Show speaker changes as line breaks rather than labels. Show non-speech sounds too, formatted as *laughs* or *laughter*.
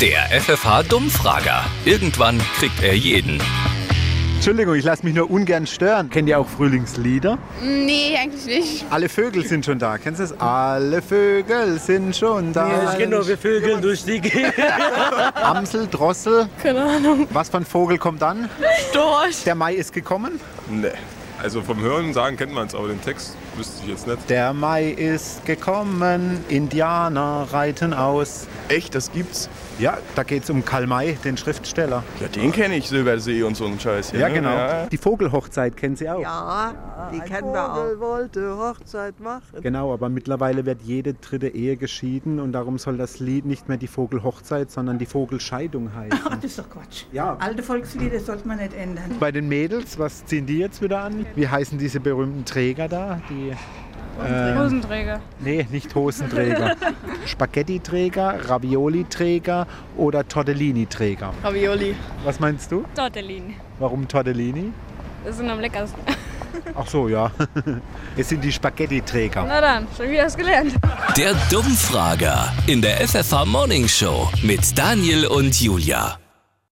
Der FFH-Dummfrager. Irgendwann kriegt er jeden.
Entschuldigung, ich lasse mich nur ungern stören. Kennt ihr auch Frühlingslieder?
Nee, eigentlich nicht.
Alle Vögel sind schon da. Kennst du das? Alle Vögel sind schon da.
Ich kenne nur, wir Vögel durch die Gegend.
Amsel, Drossel.
Keine Ahnung.
Was für ein Vogel kommt dann?
Storch.
Der Mai ist gekommen.
Nee. Also vom Hören sagen kennt man es, aber den Text wüsste ich jetzt nicht.
Der Mai ist gekommen. Indianer reiten aus.
Echt, das gibt's?
Ja, da geht es um Karl May, den Schriftsteller.
Ja, den kenne ich, Silbersee und so einen Scheiß. hier,
Ja,
ne?
genau.
Ja.
Die Vogelhochzeit kennen Sie auch.
Ja, *laughs* die kennen wir auch.
Vogel wollte Hochzeit machen.
Genau, aber mittlerweile wird jede dritte Ehe geschieden und darum soll das Lied nicht mehr die Vogelhochzeit, sondern die Vogelscheidung heißen.
Ach, das ist doch Quatsch.
*laughs*
Ja.
Alte Volkslieder sollte man nicht ändern.
Bei den Mädels, was ziehen die jetzt wieder an? Wie heißen diese berühmten Träger da? Die, ähm,
Hosenträger.
nee, nicht Hosenträger. Spaghetti-Träger, Ravioli-Träger oder Tortellini-Träger.
Ravioli.
Was meinst du?
Tortellini.
Warum Tortellini?
Das sind am leckersten.
Ach so, ja. *laughs* Es sind die Spaghetti-Träger.
Na dann, schon wieder was gelernt.
Der Dummfrager in der FFH Morning Show mit Daniel und Julia.